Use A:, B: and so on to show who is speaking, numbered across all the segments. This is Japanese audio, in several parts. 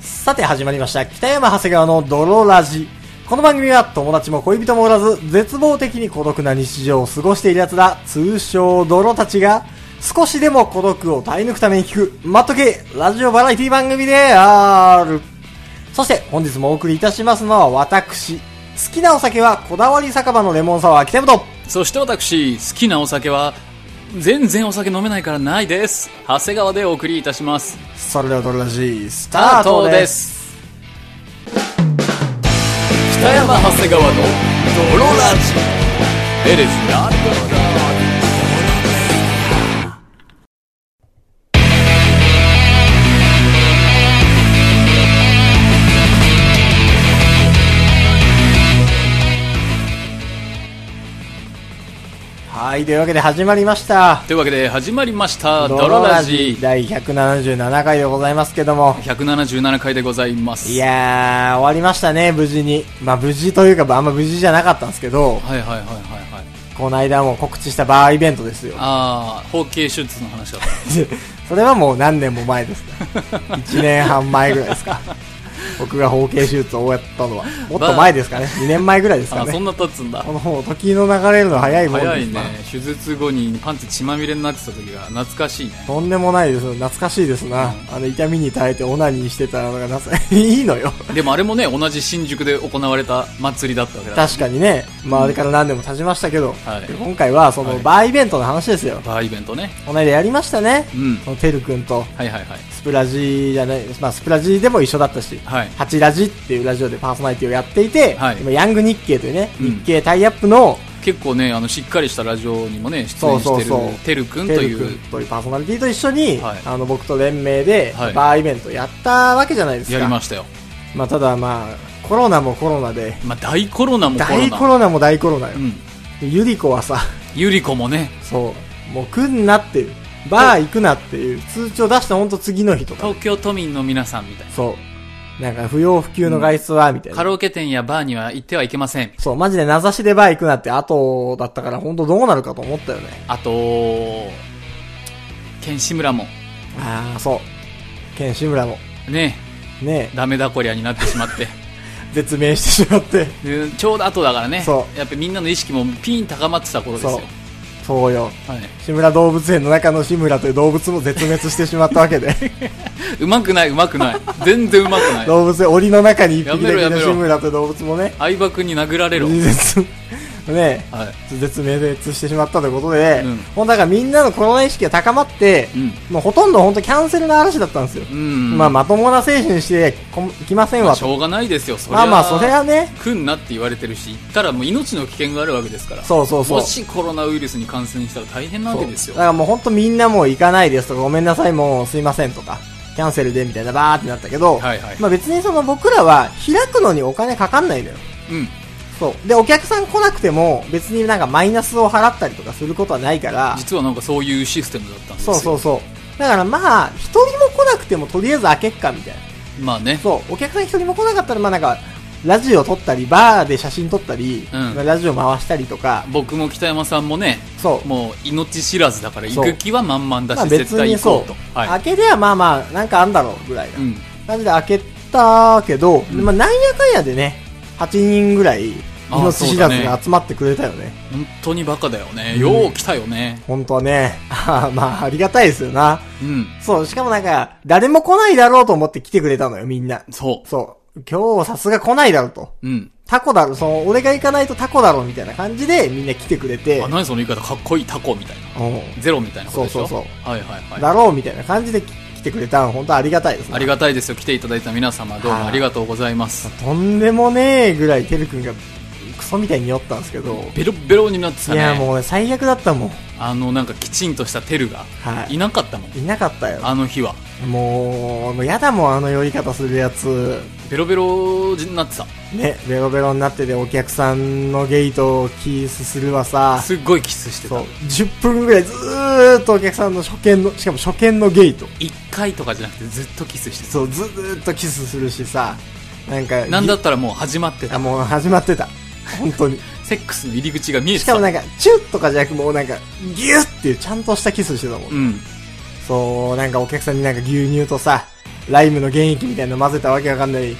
A: さて始まりました北山長谷川の泥ラジこの番組は友達も恋人もおらず絶望的に孤独な日常を過ごしている奴ら通称泥たちが少しでも孤独を耐え抜くために聞くマット系ラジオバラエティ番組であるそして本日もお送りいたしますのは私好きなお酒はこだわり酒場のレモンサワー北山と
B: そして私好きなお酒は全然お酒飲めないからないです長谷川でお送りいたします
A: それでは泥ラジス
B: ス
A: タートです
B: す北山長谷川の泥ラジ It is not g o
A: はいというわけで始まりました
B: というわけで始まりました
A: 泥
B: 泥ラ
A: ラジ
B: ジ
A: 第177回でございますけども。
B: 177回でございます
A: いやー、終わりましたね、無事に。まあ無事というか、あんま無事じゃなかったんですけど、
B: はいはいはいはいはい
A: この間も告知したバーイベントですよ。
B: ああ包茎手術の話だった
A: それはもう何年も前です ね。1年半前ぐらいですか。僕が包茎手術を終えたのは。もっと前ですかね。2年前ぐらいです
B: あ
A: か
B: ーそ
A: ね。
B: んな経つんだ
A: この方、時の流れるの早いもんですな
B: 早いね手術後にパンツ血まみれになってた時が懐かしいね
A: とんでもないです。懐かしいですな。あの、痛みに耐えてオナニーしてたのが 懐かいいのよ。
B: でもあれもね同じ新宿で行われた祭りだったわけだ
A: 確かにね、まあ、あれから何年も経ちましたけど、
B: はい
A: 今回はその
B: はい
A: バーイベントの話ですよ、
B: バーイベントね
A: この間やりましたね、
B: うん
A: そのてるくんと
B: はいはいはい
A: スプラジじゃない、まあ、スプラジでも一緒だったし、
B: はい
A: ハチラジっていうラジオでパーソナリティをやっていて、
B: はい
A: 今ヤング日経というね、
B: うん
A: 日経タイアップの
B: 結構ねあのしっかりしたラジオにもね出演して
A: そうそうそ
B: る
A: う
B: てるくんと
A: て
B: い
A: るくん
B: う
A: というパーソナリティと一緒に、
B: はい
A: あの僕と連名で
B: はい
A: バーイベントやったわけじゃないですか、
B: やりましたよ
A: まあ、ただまあコロナもコロナで
B: まあ大コロナもコロ
A: 大
B: ナ
A: コロナも大コロナよ、
B: うん
A: ゆり子はさ
B: ゆり子もね
A: そう。もう来んなっていう。バー行くなっていう通知を出したほんと次の日とか。
B: 東京都民の皆さんみたい
A: そう。なんか不要不急の外出は、みたい
B: な
A: な。
B: カラオケ店やバーには行ってはいけません
A: そう、マジで名指しでバー行くなって後だったからほんとどうなるかと思ったよね。
B: あとケンシムラも
A: ああ、そう。ケン志村も。
B: ね
A: ね
B: ダメだこりゃになってしまって
A: 絶命してしまって。
B: でちょうど後だからね
A: そ
B: やっぱみんなの意識もピン高まってた頃ですよ
A: そうそうよ。
B: はい
A: 志村動物園の中の志村という動物も絶滅してしまったわけで。
B: うまくないうまくない全然うまくな い
A: 動物園、檻の中に一匹だけ
B: や
A: の
B: めろやめろ
A: 志村という動物もね、
B: 相葉君に殴られろはい
A: 絶、 ね絶滅してしまったということで、
B: うん
A: もうだからみんなのコロナ意識が高まって、
B: うん
A: もうほとんど本当キャンセルの嵐だったんですよ。
B: うん
A: まあまともな精神にしてこん来ません
B: まあ
A: わ
B: し
A: と。
B: ょうがないですよそり
A: ま
B: ゃ
A: あまあそれはね、
B: 来んなって言われてるし行ったらもう命の危険があるわけですから
A: そうそうそう。
B: もしコロナウイルスに感染したら大変なわけです
A: そう
B: よ
A: だからもう本当みんなもう行かないですとか、ごめんなさいもうすいませんとか、キャンセルでみたいなバーってなったけど、
B: はいはい
A: まあ別にその僕らは開くのにお金かかんないのよ。
B: うん
A: そう。で、お客さん来なくても別になんかマイナスを払ったりとかすることはないから、
B: 実はなんかそういうシステムだったんです
A: そ
B: よ
A: うそうそう。だからまあ、一人も来なくてもとりあえず開けっかみたいな。
B: まあね
A: そう、お客さん一人も来なかったら、まあなんか、ラジオ撮ったり、バーで写真撮ったり、
B: うん
A: まあラジオ回したりとか、
B: 僕も北山さんもね
A: そう。
B: もう命知らずだから行
A: そう
B: く気は満々だ
A: まあ
B: し絶対行こうと
A: そう、
B: はい
A: 開けではまあまあ、なんかあんだろうぐらいな
B: うん
A: 感じで開けたけど、
B: うん
A: まあなんやかんやでね、8人ぐらい、
B: あー
A: 命知らずが集まってくれたよね。
B: 本当にバカだよね
A: うん
B: よう来たよね
A: 本当はね、 あーまあありがたいですよな。
B: うん
A: そう、しかもなんか、誰も来ないだろうと思って来てくれたのよ、みんな。
B: そ
A: そう。今日さすが来ないだろうと。
B: ううん
A: タコだろ、その、俺が行かないとタコだろ、みたいな感じで、みんな来てくれて、
B: あ何その言い方かっこいいタコみたいな
A: う
B: ゼロみたいなことでしょ
A: そうそう
B: はいはいはい
A: ん、だろう、みたいな感じでき来てくれたの、本当ありがたいですね。
B: ありがたいですよ来ていただいた皆様どうもありがとうございます
A: とんでもねえぐらい、てるくんが、クソみたいに酔ったんですけど、
B: ベロベロになってた
A: いや、
B: ね
A: もうね、最悪だったもん。
B: あのなんかきちんとしたテルが
A: はい
B: いなかったもん
A: いなかったよ。
B: あの日は
A: もう、もうやだもん、あの酔い方するやつ。
B: ベロベロになってた
A: ね、ベロベロになってて、お客さんのゲートをキスするわさ、
B: すっごいキスして
A: そう
B: た、
A: 10分ぐらいずーっとお客さんの初見の、しかも初見のゲート。
B: 1回とかじゃなくてずっとキスして
A: そう、ずーっとキスするしさ、なんか、
B: たなんだったらもう始まって
A: あ、
B: た
A: もう始まってた。本当に。
B: セックスの入り口が見え
A: してか
B: た
A: もなんか、チュッとかじゃなくもうなんか、ギュッっていうちゃんとしたキスしてたもん。
B: うん
A: そう、なんかお客さんになんか牛乳とさ、ライムの原液みたいなの混ぜたわけわかんない、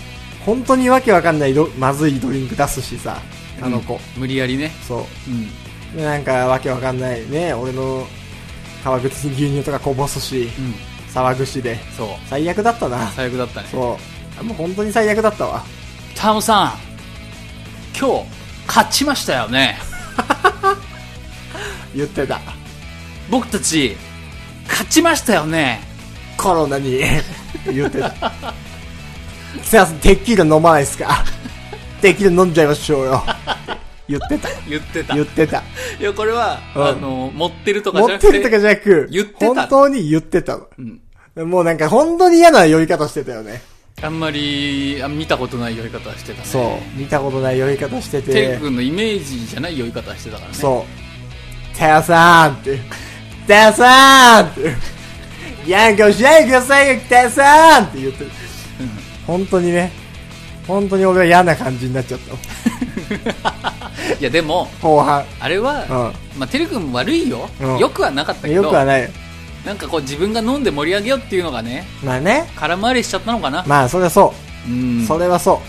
A: 本当にわけわかんないどまずいドリンク出すしさ、あの子。
B: 無理やりね。
A: そう。
B: うん。
A: でなんかわけわかんないね、俺の革靴に牛乳とかこぼすし、
B: うん。
A: 騒ぐしで。
B: そう。
A: 最悪だったな。
B: 最悪だったね。
A: そう。もう本当に最悪だったわ。
B: タモさん、今日、勝ちましたよね。
A: 言ってた。
B: 僕たち、勝ちましたよね。
A: コロナに 言ってた。すいません、テッキーラ飲まないですかテッキーラ飲んじゃいましょうよ。言ってた。
B: 言ってた。
A: 言
B: い
A: ってた。
B: や、これは、
A: うん
B: あの、持ってるとか
A: 持
B: じゃな
A: っ
B: くて。
A: てるとかじゃなく、
B: 言ってた
A: 本当に言ってたの。
B: うん。
A: もうなんか本当に嫌な酔い方してたよね。
B: あんまり、あ見たことない酔い方してたね。
A: そう。見たことない酔い方してて。
B: テル君のイメージじゃない酔い方してたからね。
A: そう。たやさんって。たやさんって。やんかしないでくださいよ、たやさんって言ってる。
B: うん。
A: 本当にね。本当に俺は嫌な感じになっちゃったの。
B: いや、でも、
A: 後半。
B: あれは、まあ、テル君悪いよ、
A: うん
B: よくはなかったけど、
A: よくはないよ。
B: なんかこう自分が飲んで盛り上げようっていうのがね、
A: まあね。
B: 空回りしちゃったのかな。
A: まあ、それはそうう。
B: ん。
A: それはそ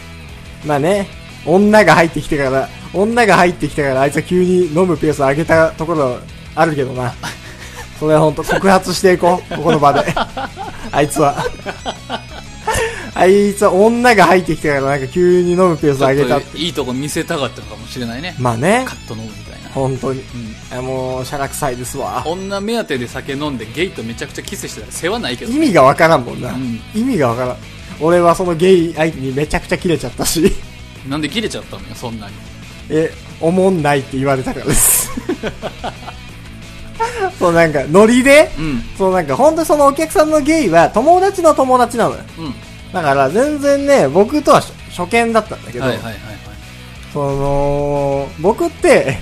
A: う。まあね。女が入ってきてから、女が入ってきてから、あいつは急に飲むペースを上げたところあるけど な。それは本当告発していこう。ここの場で。あいつは。あいつは女が入ってきてからなんか急に飲むペース
B: ちょ
A: を上
B: っ
A: げた。
B: といいとこ見せたかったのかもしれないね。
A: まあね
B: カ。ッと飲むみたいな。
A: 本当に。
B: うん
A: あもう、しゃらくさいですわ。
B: 女目当てで酒飲んでゲイとめちゃくちゃキスしてたら世話ないけど
A: 意。味がわからんもんな。
B: うん
A: 意味がわからん。俺はそのゲイ相手にめちゃくちゃキレちゃったし。
B: なんで切れちゃったのよ、そんなに。
A: え、おもんないって言われたからです。 そうなんか、ノリで、
B: うん。
A: そうなんか、ほんとそのお客さんのゲイは友達の友達なのよ。
B: うん。
A: だから全然ね、僕とは初初見だったんだけど、
B: はいはいはいはい。
A: その、僕って、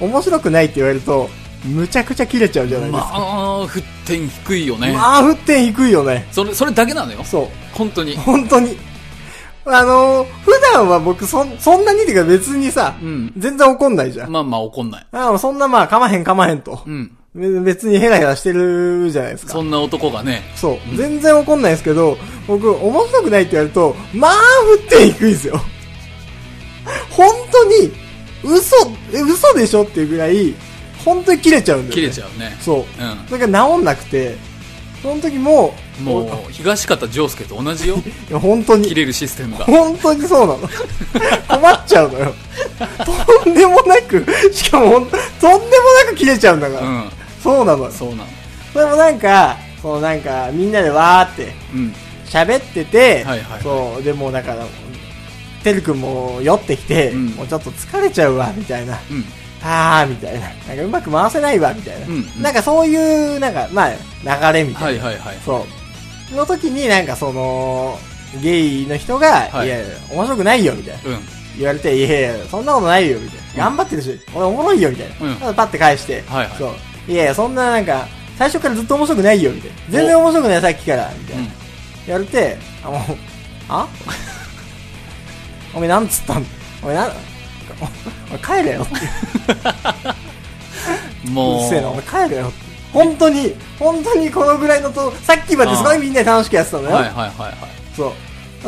A: 面白くないって言われると、むちゃくちゃ切れちゃうじゃないです
B: ま
A: か。
B: あ、沸点低いよね。
A: まあ、沸点低いよね。
B: それ、それだけなのよ。
A: そう。
B: 本 当に。
A: 本当に。あのー普段は僕そん、そんなにっていうか別にさ、
B: うん
A: 全然怒んないじゃん。
B: まあまあ怒んない。
A: ああそんなまあ、かまへんかまへんと
B: う。ん。
A: べ別にヘラヘラしてるじゃないですか。
B: そんな男がね、
A: そう。全然怒んないですけど、僕、面白くないって言われると、まあ、振っていくんですよ。 本当に、嘘、え嘘でしょっていうぐらい、本当に切れちゃうんだよ、ね。
B: 切れちゃうね。
A: そう。
B: うん。
A: それが治んなくて、その時も、
B: も
A: お
B: う、東方丈介と同 じよ。
A: いや本当に
B: 切、れるシステムが。
A: 本当にそうなの。困っちゃうのよ。とんでもなく、しかもほんと、とんでもなく切れちゃうんだから。
B: うん。
A: そうなのよ。
B: そうなの。
A: それもなんか、そのなんか、みんなでわーって
B: うん。
A: 喋ってて、
B: はいはいはい
A: そう、でもうだから、てるくんも酔ってきて、
B: うん
A: もうちょっと疲れちゃうわ、みたいな。
B: うん。
A: あー、みたいな。なんかうまく回せないわ、みたいな。
B: うんうん
A: なんかそういう、なんか、まあ、流れみたいな。
B: はいはいはい。
A: そう。の時になんかその、ゲイの人が、
B: はい
A: い、やいや、面白くないよ、みたいな。
B: うん。
A: 言われて、いやいや、そんなことないよ、みたいな。頑張ってるし、俺おもろいよ、みたいな。
B: うん
A: ただパッて返して、
B: はいはい
A: そう。いやいや、そんななんか、最初からずっと面白くないよ、みたいな。全然面白くない、さっきから、みたいな。言われて、あ、もう、あ おめえなんつったんおめえなん、 お前帰れよって。
B: うん。もう。
A: うっせえな、お前帰れよって。本当に、本当にこのぐらいのと、さっきまですごいみんなで楽しくやってたのよ。
B: はいはいはいは
A: そ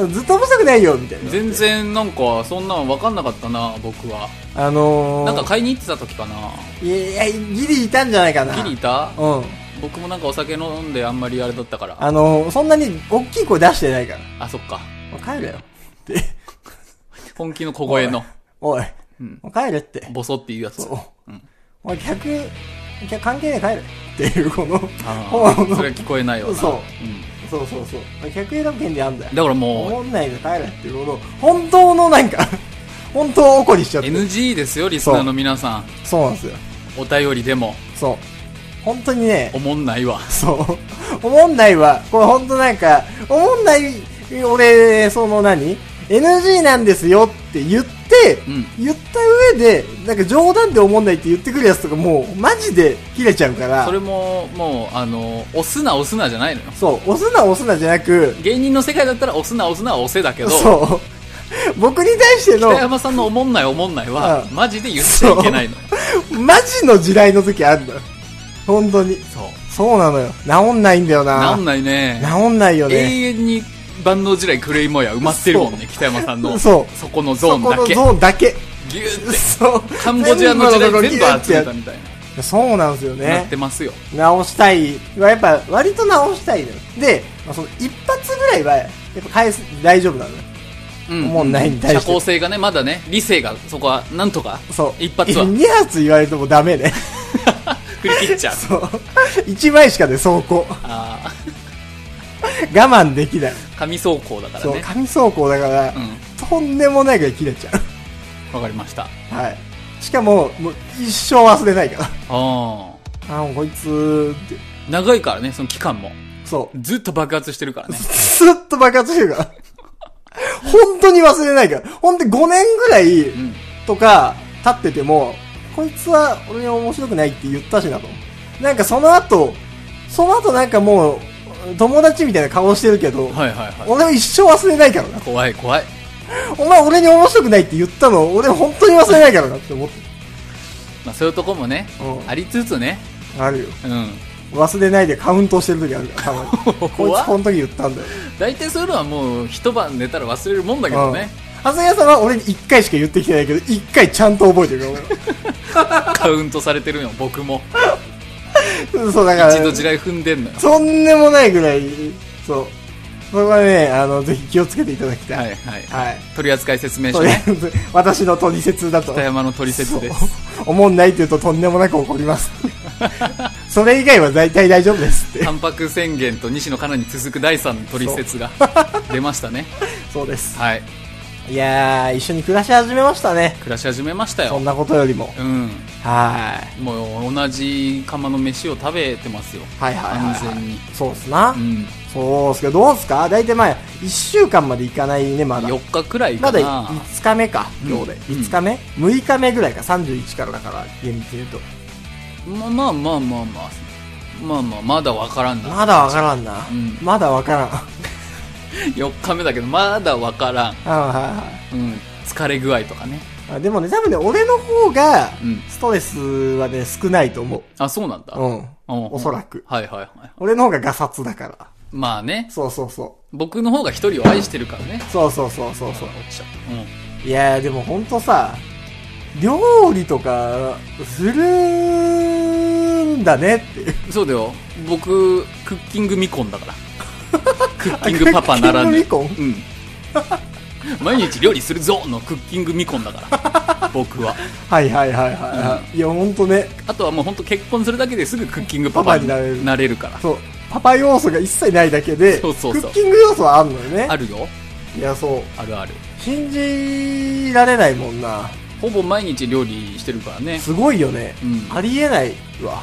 A: う。ずっと面白くないよ、みたい
B: い。
A: な。
B: 全然なんか、そんなん分かんなかったな、僕は。
A: あのー、
B: なんか買いに行ってた時かな。
A: いやいや、ギリいたんじゃないかな。
B: ギリいた
A: うん。
B: 僕もなんかお酒飲んであんまりあれだったから。
A: あのー、そんなに大きい声出してないから。
B: あ、そっか。
A: もう帰れよ。って。
B: 本気の小声の。
A: おい。
B: うん。
A: もう帰れって。
B: ボソっていうやつ。
A: そう
B: うん。
A: お前客、客関係ない帰れ。っていう、この、
B: あ
A: ほん
B: ー
A: の
B: それは聞こえないわな。。
A: そうんそうそうそう。お前客選ぶ権利あんだよ。
B: だからも
A: 思んないで帰れっていうこの、本当のなんか、本当怒りしちゃ
B: う、
A: って。
B: NG ですよ、リスナーの皆さん。
A: そうなんですよ。
B: お便りでも、
A: そう。本当にね、
B: おもんないわ。
A: そう。おもんないは、これほんとなんか、おもんない、俺、その何 ?NG なんですよって言って、
B: うん
A: 言った上で、なんか冗談でおもんないって言ってくるやつとかもう、マジで切れちゃうから、
B: それも、もう、あの、押すな押すなじゃないのよ。
A: そう、押すな押すなじゃなく、
B: 芸人の世界だったら押すな押すなは押せだけど、
A: そう。僕に対しての
B: 北、山さんのおもんないおもんないは
A: う、ん
B: マジで言っちゃいけないの。
A: マジの地雷の時あるのよ。ほんとに。
B: そう。
A: そうなのよ。治んないんだよな。
B: 治んないね
A: 治んないよね。
B: 永遠に万能地雷クレイモヤ埋まってるもんね北山さんの
A: そう
B: このゾーン
A: そこ
B: だ
A: の
B: け
A: ゾーンだけ。
B: ギューって
A: そう。
B: カンボジアの地雷全部集
A: やっ
B: め
A: た
B: みたいな
A: てそうなんですよ
B: なっ
A: ね
B: て。ますよ
A: 直したいはやっぱ割と直したいのよ。で、まあ、その一発ぐらいはやっぱ返す、大丈夫なのよ。
B: うん
A: もうないに対して
B: 社交性がねまだね理性がそこはなんとか
A: そう。
B: 一発は
A: 二発言われてもダメね。
B: 振り切っちゃう
A: そう。一枚しかで走行。
B: あ
A: 我慢できない。
B: ー紙走行だから
A: そう、
B: ね
A: 紙走行だから、
B: う
A: とんでもないぐらい切れちゃう。
B: んわかりましたあ
A: はい。しかも、もう一生忘れないから。
B: あ
A: あー、もうこいつって、
B: ー長いからねその期間も
A: そう。
B: ずっと爆発してるからね
A: ずっと爆発してるから。本当に忘れないから。ほんと5年ぐらい
B: うん
A: とか経ってても、こいつは俺に面白くないって言ったしなと。なんかその後、その後なんかもう、友達みたいな顔してるけど、
B: はいはいは
A: 俺は一生忘れないからな。
B: い怖い怖い
A: お前俺に面白くないって言ったの、俺本当に忘れないからなって思って。
B: まあそういうとこもね
A: うん
B: ありつつね
A: あるよ。
B: うん
A: 忘れないでカウントしてる時あるから、たまに。こい
B: 怖
A: つ
B: っ
A: この時言ったんだよ。
B: 大体そういうのはもう一晩寝たら忘れるもんだけどね、
A: 長谷川さんは俺に1回しか言ってきてないけど、1回ちゃんと覚えてるから
B: カウントされてるの僕も
A: 俺。 そう、だから
B: 一、度地雷踏んでんのよ
A: とんでもないぐらい、そう。そこはね、あの、ぜひ気をつけていただきた。
B: はいいはい、
A: はい。
B: 取扱説明書
A: とりあ
B: ね
A: えず、 私のトリセツだと。
B: 北山の取説です
A: そう。思んないって言うととんでもなく怒ります。 それ以外は大体大丈夫ですって。
B: タンパク宣言と西野カナに続く第3の取説が出ましたね
A: そうです。
B: はい
A: いやー、一緒に暮らし始めましたね。
B: 暮らし始めました
A: そ
B: よ
A: んなことよりも。
B: うん
A: は
B: もう同じ釜の飯を食べてますよ
A: い。はいはいはい、はい。
B: 完全に
A: そうっすな。
B: うん
A: そうっすけど、どうっすか大体まあ、1週間までいかないね、まだ。
B: 4日くらい
A: ま
B: か
A: だ
B: な、
A: 5日目か、
B: うん
A: 今日で。
B: うん
A: 5日目 ?6 日目ぐらいか、31からだから、厳密に言うと。
B: ままあまあまあまあまあまあまだわからんな
A: まだわからんな。
B: うん
A: まだわからん。 あ
B: 4日目だけどまだわからん、
A: あはいはい
B: うん、疲れ具合とかね
A: あでもね、多分ね、俺の方が
B: うん、
A: ストレスはね、少ないと思う。
B: あそうなんだ、
A: うん。
B: うん
A: おそらく
B: はいはいはい
A: 俺の方がガサツだから。
B: まあね
A: そうそうそ
B: 僕の方が一人を愛してるからね
A: う。そうそうそうそうそう。
B: 落ちちゃったう
A: い
B: ん
A: やーでもほんとさ、料理とか、するんだねっていう。
B: そうだよ僕クッキング未婚 だからクッキングパパならぬ
A: クッキング未
B: うん、毎日料理するぞのクッキング未婚だから僕は
A: はいはいはいはいはい。いやほんとね、
B: あとはもう本当結婚するだけですぐクッキングパパに
A: パパ
B: な
A: にな
B: れ
A: れ
B: る
A: る
B: から
A: そう、パパ要素が一切ないだけで、
B: そうそうそう
A: クッキング要素はあるのよね
B: あ。るよ
A: いやそう。
B: あるある
A: 信じられないもんな。
B: ほぼ毎日料理してるからね
A: すごいよね。
B: うん
A: ありえないわ。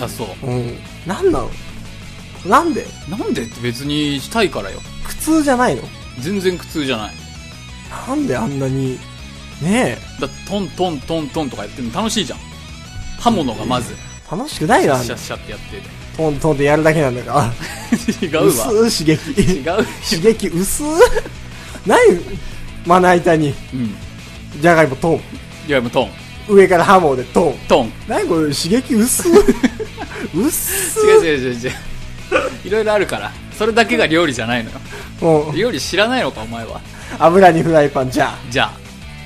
B: あそう
A: うん。なんなのなんで
B: なんでって別にしたいからよ
A: 苦痛じゃないの
B: 全然苦痛じゃない
A: なんであんなに、ね
B: だってトントントントンとかやってるの楽しいじゃん刃物がまず
A: え、楽しくない
B: シャ
A: な
B: ッ、シャッシャッってやっ
A: トントンでやるだけなんだから。
B: て て違うわ
A: 薄い刺激。
B: 違う
A: 刺激 薄い何まな板に、
B: うん
A: じゃがいもトン。
B: いやもうトン
A: 上からハモでトン。
B: トン
A: 何これ刺激薄い 薄い
B: 違う違う違う違う いろいろあるからそれだけが料理じゃないのよ
A: もう
B: 料理知らないのかお前は
A: 油にフライパンじゃあ
B: じゃ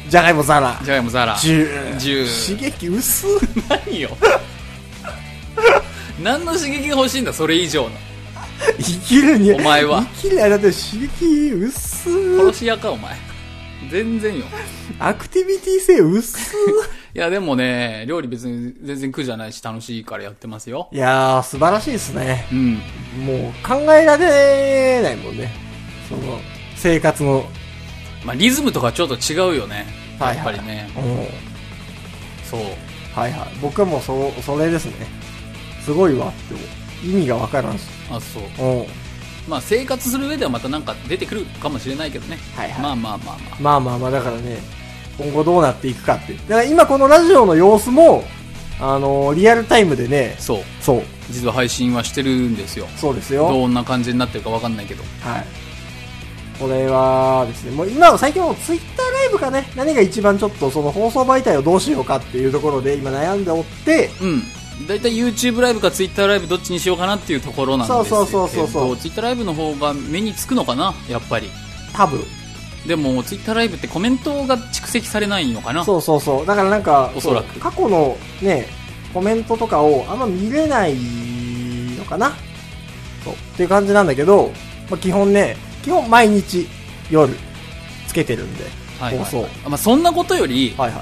A: じゃがいもザラ
B: あじゃがいもザラ
A: ジュー
B: ジュー
A: 刺激薄
B: 何よ 何の刺激が欲しいんだそれ以上の
A: 生きるに
B: お前は
A: 生きるにあだって刺激薄
B: 殺し屋かお前全然よ
A: アクティビティ性 薄
B: いやでもね料理別に全然苦じゃないし楽しいからやってますよ
A: いやー素晴らしいですね
B: うん
A: もう考えられないもんねその生活の
B: まあリズムとかちょっと違うよねや
A: はいはい
B: っぱりね
A: うん
B: そう
A: はいはい僕はもうそそれですねすごいわって思う意味がわからんし
B: あそう
A: うん
B: まあ生活する上ではまたなんか出てくるかもしれないけどね
A: はいはい
B: まあまあまあまあ
A: まあまあまあ、だからね、今後どうなっていくかって。だから今このラジオの様子も、あのーリアルタイムでね、
B: そう
A: そう、
B: 実は配信はしてるんですよ
A: そうですよ。
B: どんな感じになってるかわかんないけど
A: はい。これはですね、もう今は最近もツイッターライブかね、何が一番ちょっとその放送媒体をどうしようかっていうところで今悩んでおって、
B: うん大体 YouTube ライブか Twitter ライブどっちにしようかなっていうところなんですけ
A: そ
B: ど
A: うそうそうそうそう
B: Twitter ライブの方が目につくのかなやっぱり
A: 多分
B: でも Twitter ライブってコメントが蓄積されないのかな
A: そうそうそうだからなんか
B: おそらく
A: 過去のねコメントとかをあんま見れないのかなそうっていう感じなんだけど、まあ、基本ね基本毎日夜つけてるんで
B: はいはいはい
A: 放送
B: まあ、そんなことより、
A: はいはい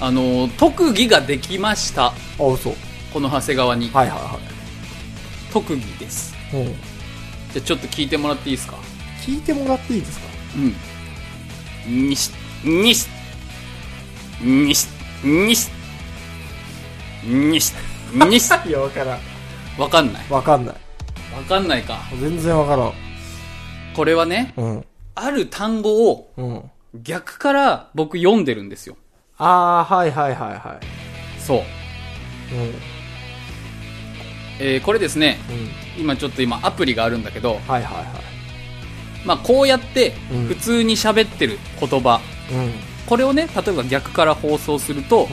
B: あの特技ができました
A: あ嘘
B: この長谷川に、
A: はいはい
B: 特技です
A: はい、うん、
B: じゃあちょっと聞いてもらっていいですか
A: 聞いてもらっていいですか
B: うんにしにしにしにしにしに し
A: いやわからん
B: わかんない
A: わかんない
B: わかんないか
A: 全然わからん
B: これはね
A: うん
B: ある単語を
A: うん
B: 逆から僕読んでるんですよ
A: ああはいはいはいは
B: そう、
A: いうん
B: えーこれですね
A: うん
B: 今ちょっと今アプリがあるんだけど、
A: はいはいは
B: まあ、こうやって
A: うん
B: 普通に喋ってる言葉、
A: いうん
B: これをね例えば逆から放送すると、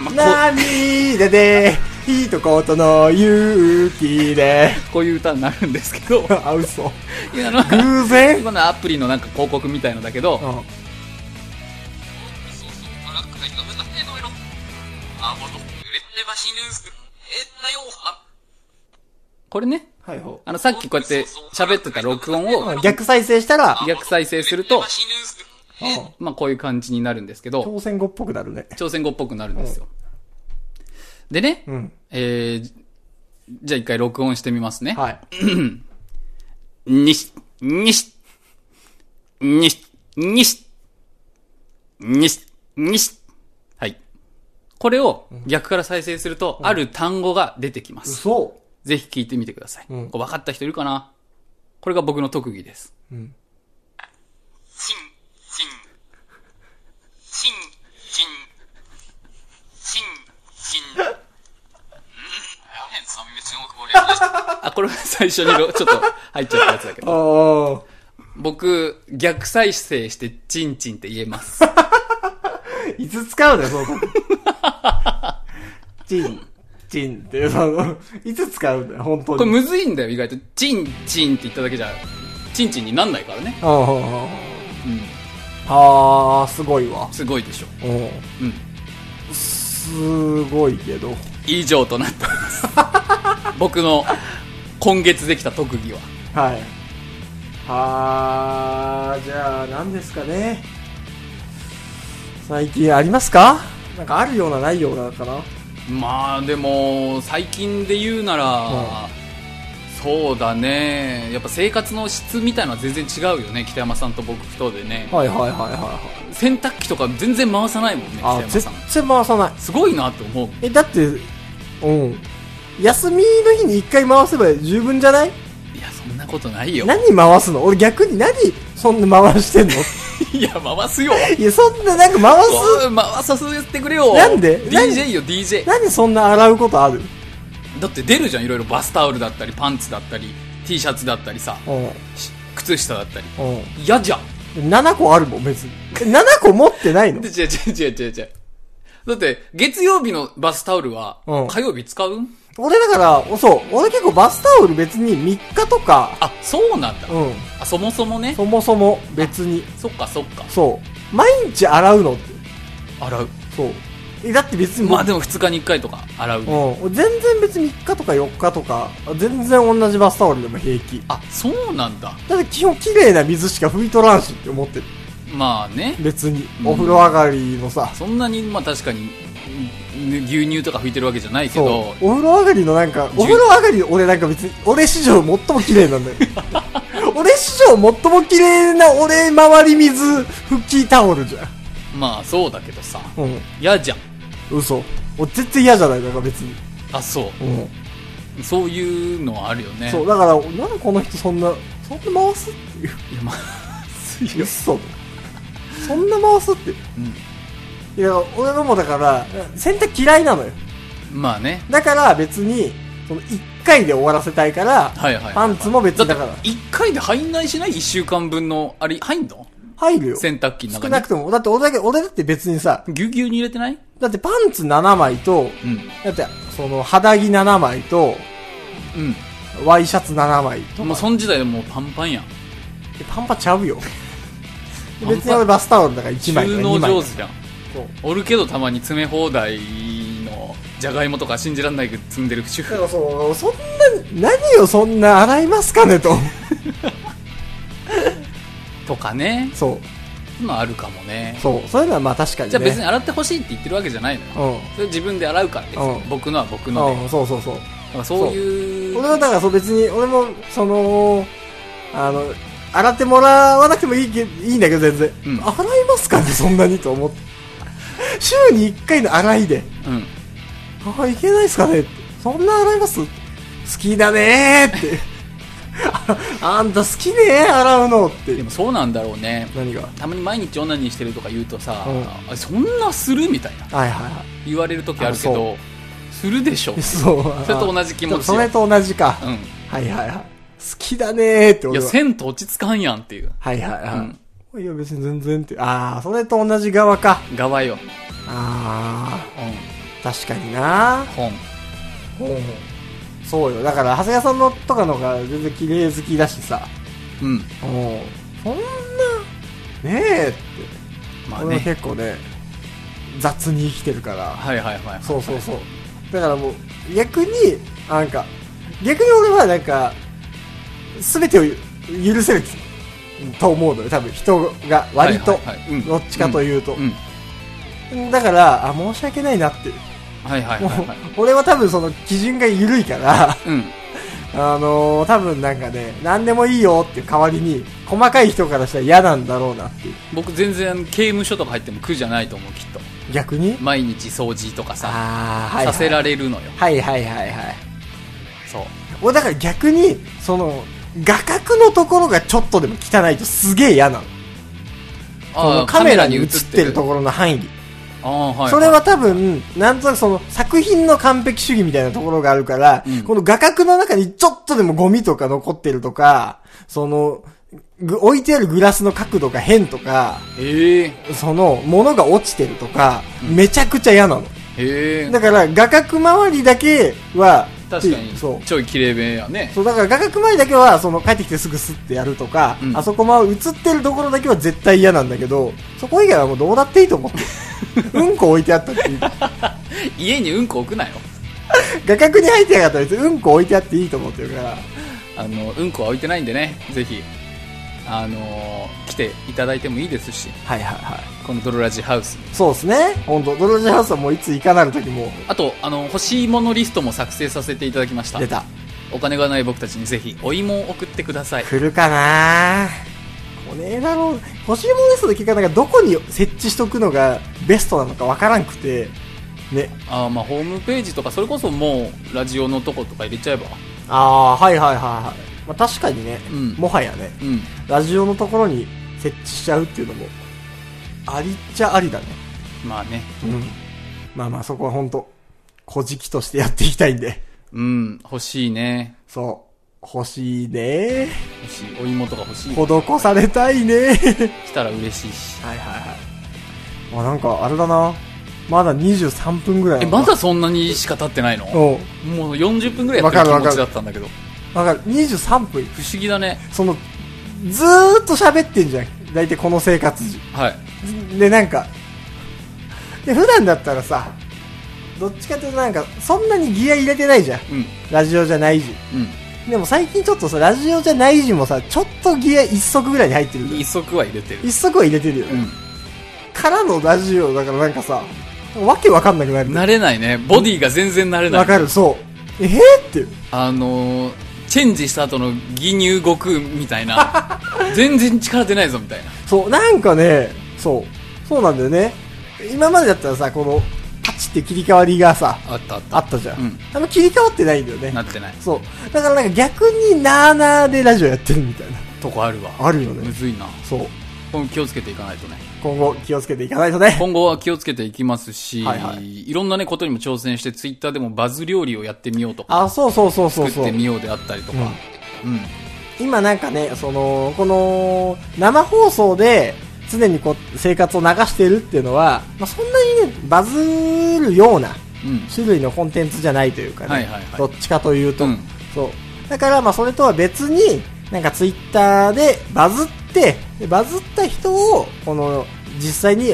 B: まあこう
A: なみでで、いいとことの勇気で。
B: こういう歌になるんですけど
A: あ、嘘。
B: いやなんか
A: 偶然
B: このアプリのなんか広告みたいのだけど、
A: うん。
B: これね
A: はいほ
B: あのさっきこうやって喋ってた録音を
A: う。逆再生したら、
B: 逆再生すると、
A: うん
B: まあこういう感じになるんですけど、
A: 朝鮮語っぽくなるね。
B: 朝鮮語っぽくなるんですよ。でね、
A: うん。
B: えー、じゃあ一回録音してみますね。
A: はい。
B: にし、にし、にし、にし、にし、にし。はい。これを逆から再生すると、ある単語が出てきます。
A: 嘘。
B: ぜひ聞いてみてください。
A: うん
B: これ分かった人いるかなこれが僕の特技です。あ、これは最初にろ ちょっと入っちゃったやつだけ
A: あ
B: ど。
A: あ。
B: 僕、逆再生して、チンチンって言え ます。
A: いつ使うのよ、その 時。チン、チンって、その、いつ使うのよ、本当に。
B: これむずいんだよ、意外と。チンチンって言っただけじゃ、チンチンになんないからね。
A: うんうんうんうん
B: うん。
A: あー、すごいわ。
B: すごいでしょ。
A: うん。
B: うん。
A: すごいけど。
B: 以上となっており ます。僕の今月できた特技は。
A: はい。はー、じゃあ、何ですかね。最近ありますかなんかあるような、ないようなかな。
B: まあでも最近で言うなら、
A: は
B: そうだねやっぱ生活の質みたいのは全然違うよね北山さんと僕とでね
A: はいはいはいはいはい。
B: 洗濯機とか全然回さないもんね北
A: あ、
B: 山
A: 絶
B: さん
A: 対回さない。
B: すごいなと思う
A: え、だって、うん。休みの日に一回回せば十分じゃない
B: いやそんなことないよ
A: 何回すの俺逆に何そんな回してん の
B: いや回すよ
A: いや、そんななんか回す
B: おい回させてくれよ
A: なんでなん
B: DJ よ DJ
A: 何そんな洗うことある
B: だって出るじゃんいろいろバスタオルだったりパンツだったり T シャツだったりさ
A: うん。
B: し靴下だったり
A: うん。
B: 嫌じゃん
A: 7個あるもん、別に。え7個持ってないの
B: で違う違う違う違う違う。だって、月曜日のバスタオルは
A: うん、
B: 火曜日使う、
A: 俺だから、そう、俺結構バスタオル別に3日とか、
B: あ、そうなんだ。
A: うん、
B: あ、そもそもね。
A: そもそも別に、
B: そっかそっか。
A: そう、毎日洗うのって、
B: 洗う。
A: そう。え、だって別に、
B: まあでも2日に1回とか洗う。
A: うん、俺全然別に3日とか4日とか、全然同じバスタオルでも平気。
B: あ、そうなんだ。
A: だって基本綺麗な水しか拭いとらんしって思ってる。
B: まあね。
A: 別に、
B: うん
A: お風呂上がりのさ、
B: そんなに、まあ確かに、ん牛乳とか拭いてるわけじゃないけ
A: そう
B: ど、、
A: お風呂上がりのなんか、お風呂上がりの俺なんか別に、俺史上最も綺麗なんだよ。 俺史上最も綺麗な俺周り水拭きタオルじゃん。
B: まあそうだけどさ、
A: うん。
B: 嫌じゃん。
A: 嘘。俺絶対嫌じゃないだから別に。
B: あ、そ
A: うん。
B: う。そういうのはあるよね。
A: そう、だから、なんでこの人そんな、そんな回すっていう。
B: いや、まあ、いや
A: 嘘。そんな回すって。いや、俺のもだから、洗濯嫌いなのよ。
B: うん。まあね。
A: だから別に、その一回で終わらせたいから、
B: はいはいはいはい
A: パンツも別
B: だっ
A: に
B: て
A: だから、
B: 1回で入んないしない ?1 週間分の、あれ、入んの
A: 入るよ。
B: 洗濯機の
A: 少
B: 中
A: な
B: に
A: く。とも。だって俺だけ、俺だって別にさ、
B: ぎゅうぎゅうに入れてない
A: だだってパンツ7枚と、
B: うん。
A: だって、その、肌着7枚と、
B: うん。
A: ワイシャツ7枚と
B: もう
A: か。
B: そん時代はもうパンパンやん。
A: でパンパちゃう よ。
B: パンパ
A: 別に俺バスタオルだから1枚と
B: 収
A: か
B: 納
A: 2枚
B: 上手じゃん。
A: そう
B: おるけどたまに詰め放題のじゃがいもとか信じらんないけど積んでる主
A: だか
B: 婦。
A: らそう、そんな、何をそんな洗いますかねと。
B: とかね。
A: そ
B: まああるかもね
A: う、。そう、そういうのはまあ確かにね。
B: じゃあ別に洗ってほしいって言ってるわけじゃないのよ。それ自分で洗うからですよ
A: うん
B: 僕のは僕
A: うん、
B: ので
A: うん、そうそうそう。
B: なんかそういう
A: 俺はだからそう別に、俺も、その、あの、洗ってもらわなくてもいいけいいんだけど全然、
B: うん
A: 洗いますかねそんなにと思って。週に1回の洗いで。
B: うん
A: ああ、いけないっすかねってそんな洗います好きだねーって。 ああんた好きねー洗うのっ
B: で
A: て。
B: もそうなんだろうね
A: 何が
B: たまに毎日女にしてるとか言うとさ、
A: う
B: あそんなするみたいな
A: はいはいは
B: 言われる時あるけ
A: あ
B: どするでしょ
A: い。そう。
B: それと同じ気持ち
A: そ
B: よ
A: れと同じか。
B: う
A: はいはいはい。好きだねーって
B: んい
A: 俺
B: や
A: は。
B: 銭湯落ち着かんやんっていう
A: はいはいはい。
B: うん
A: いや別に全然って。ああ、それと同じ側か。
B: 側よ、
A: あ
B: う、。
A: あ、確かになん
B: 本
A: そうよ。だから、長谷川さんのとかの方が全然綺麗好きだしさ。
B: うん
A: うん。そんな、ねえって。
B: まあ
A: 俺は
B: ね
A: 結構ね、雑に生きてるから。
B: はいはいはい
A: そうそうそう。だからもう、逆に、なんか、逆に俺はなんか、すべてを許せると思うのよ。多分人が割と
B: はいはいはいうん、
A: どっちかというと
B: う。ん
A: だから、あ、申し訳ないなっていう。
B: はいはい
A: も、
B: はいはいう
A: 俺は多分その基準が緩いから、
B: うん
A: あのー、多分なんかね、何でもいいよっていう代わりに、細かい人からしたら嫌なんだろうなっていう。
B: 僕全然刑務所とか入っても苦じゃないと思うきっと
A: 逆に
B: 毎日掃除とかさ
A: あー、はい、は
B: さ
A: い。
B: せられるのよ
A: はいはいはいはい。
B: そう
A: 俺だから逆に、その、画角のところがちょっとでも汚いとすげえ嫌なの。そ
B: あ
A: の
B: ー
A: カメラに映ってるところの範囲。
B: ああ、はい、
A: それは多分、なんとなくその作品の完璧主義みたいなところがあるから、
B: うん
A: この画角の中にちょっとでもゴミとか残ってるとか、その、ぐ置いてあるグラスの角度が変とか、
B: ええ
A: その、物が落ちてるとか、めちゃくちゃ嫌なの。
B: ええ
A: だから、画角周りだけは、
B: 確かに
A: そう。
B: ちょい綺麗めやね
A: そう、だから画角周りだけは、その、帰ってきてすぐスッてやるとか、
B: うん
A: あそこま、映ってるところだけは絶対嫌なんだけど、そこ以外はもうどうだっていいと思 って。うんこ置いてあったっていう。
B: 家にうんこ置くなよ
A: 画角に入ってなかったら別にうんこ置いてあっていいと思ってるから。
B: あのうんこは置いてないんでねぜひあのー来ていただいてもいいですし
A: はいはいはい。
B: このドロラジハウスに
A: そうですね。本当ドロジーハウスはもういついかなる時も
B: あとあの欲しいものリストも作成させていただきました
A: 出た。
B: お金がない僕たちにぜひお芋を送ってください
A: 来るかなこねえだろう。欲しいものですの結果なんかどこに設置しとくのがベストなのかわからんくて、ね。
B: あーまあホームページとかそれこそもうラジオのとことか入れちゃえば
A: ああ、はいはいはいはい。まあ確かにね、
B: うん
A: もはやね、
B: うん
A: ラジオのところに設置しちゃうっていうのも、ありっちゃありだね。
B: まあね
A: うん。まあまあそこは本当小敷としてやっていきたいんで。
B: うん欲しいね
A: そう。欲しいね
B: 欲しいお芋とか欲しい
A: 施されたいね
B: 来たら嬉しいし
A: はいはい はい。あ、なんかあれだな。まだ23分ぐらい
B: え
A: なの
B: ま
A: か
B: だそんなにしか経ってないの
A: うん。
B: もう40分ぐらいやってる
A: わかるわ
B: 気
A: か
B: 持
A: る
B: ちだったんだけど
A: だから23分。
B: 不思議だね
A: その、ずーっと喋ってんじゃん。だいたいこの生活時。
B: はい
A: で、なんか、で、普段だったらさ、どっちかというとなんか、そんなにギア入れてないじゃん。
B: うん
A: ラジオじゃない時。でも最近ちょっとさ、ラジオじゃない時もさ、ちょっとギア一足ぐらいに入ってる
B: うん
A: じゃん
B: 一足は入れてる
A: 一足は入れてるよね。
B: う
A: からのラジオだからなんかさ、わけわかんなくなる。
B: ん慣れないねボディが全然慣れな
A: わ
B: い
A: かる、そう。えー、っていう。
B: あのーチェンジした後の義乳悟空みた いな全然力出ないぞみたいな
A: そう、なんかね、そう。そうなんだよね。今までだったらさ、この、パチって切り替わりがさ、
B: あったあった
A: あったじゃん。
B: うん
A: あんま切り替わってないんだよね
B: な。ってない
A: そう。だからなんか逆になーなーでラジオやってるみたいな。
B: とこあるわ
A: あるよね
B: むずいな
A: そう。
B: 今後気をつけていかないとね
A: 今後気をつけていかないとね。
B: 今後は気をつけていきますし、、
A: はいはい
B: ろんなねことにも挑戦してツイッターでもバズ料理をやってみようとか
A: あ、そうそうそうそう
B: 作
A: そ
B: っ
A: う
B: て。みようであったりとかうん
A: 今なんかね、その、この、生放送で、常にこう、生活を流しているっていうのは、まあ、そんなにね、バズるような
B: うん。
A: 種類のコンテンツじゃないというかね、
B: はいはいはい
A: どっちかというと、
B: うん
A: そう。だから、まあ、それとは別に、なんかツイッターでバズって、でバズった人を、この、実際に、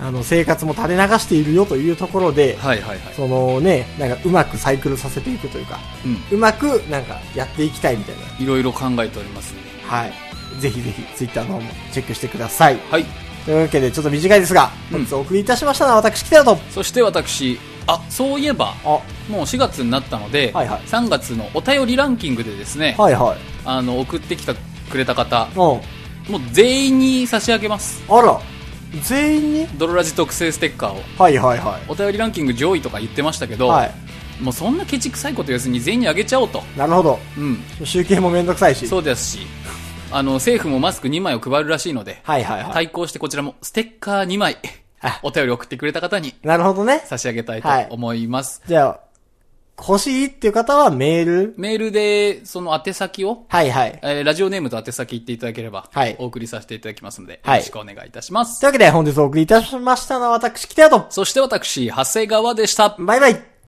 A: あの、生活も垂れ流しているよというところで、
B: はいはいはい。
A: そのね、なんかうまくサイクルさせていくというか、
B: うん。
A: うまくなんかやっていきたいみたいな。
B: いろいろ考えておりますんで。
A: はい。ぜひぜひ、ツイッターの方もチェックしてください。
B: はい。
A: というわけで、ちょっと短いですが、
B: うん
A: 本日お送りいたしましたのは私、北野と。
B: そして私、あ、そういえば、
A: あ、
B: もう4月になったので、
A: はいはい
B: 3月のお便りランキングでですね、
A: はいはい。
B: あの、送ってきた、くれた方、
A: う
B: もう全員に差し上げます。
A: ん。あら、全員に
B: ドロラジ特製ステッカーを。
A: はいはいはい。
B: お便りランキング上位とか言ってましたけど、
A: はい。
B: もうそんなケチくさいこと言わずに全員にあげちゃおうと。
A: なるほど。
B: うん。
A: 集計もめんどくさいし。
B: そうですし、あの、政府もマスク2枚を配るらしいので、
A: はいはいはい。
B: 対抗してこちらもステッカー2枚
A: あ、
B: お便り送ってくれた方に
A: なるほどね。
B: 差し上げたいと
A: はい
B: 思います。
A: じゃあ、欲しいっていう方はメール。
B: メールで、その宛先を、
A: はいはい。
B: えーラジオネームと宛先言っていただければ、
A: はい
B: お送りさせていただきますので、
A: はい
B: よろしくお願いいたします。
A: というわけで、本日お送りいたしましたのは私、北野と。
B: そして私、長谷川でした。
A: バイバイ。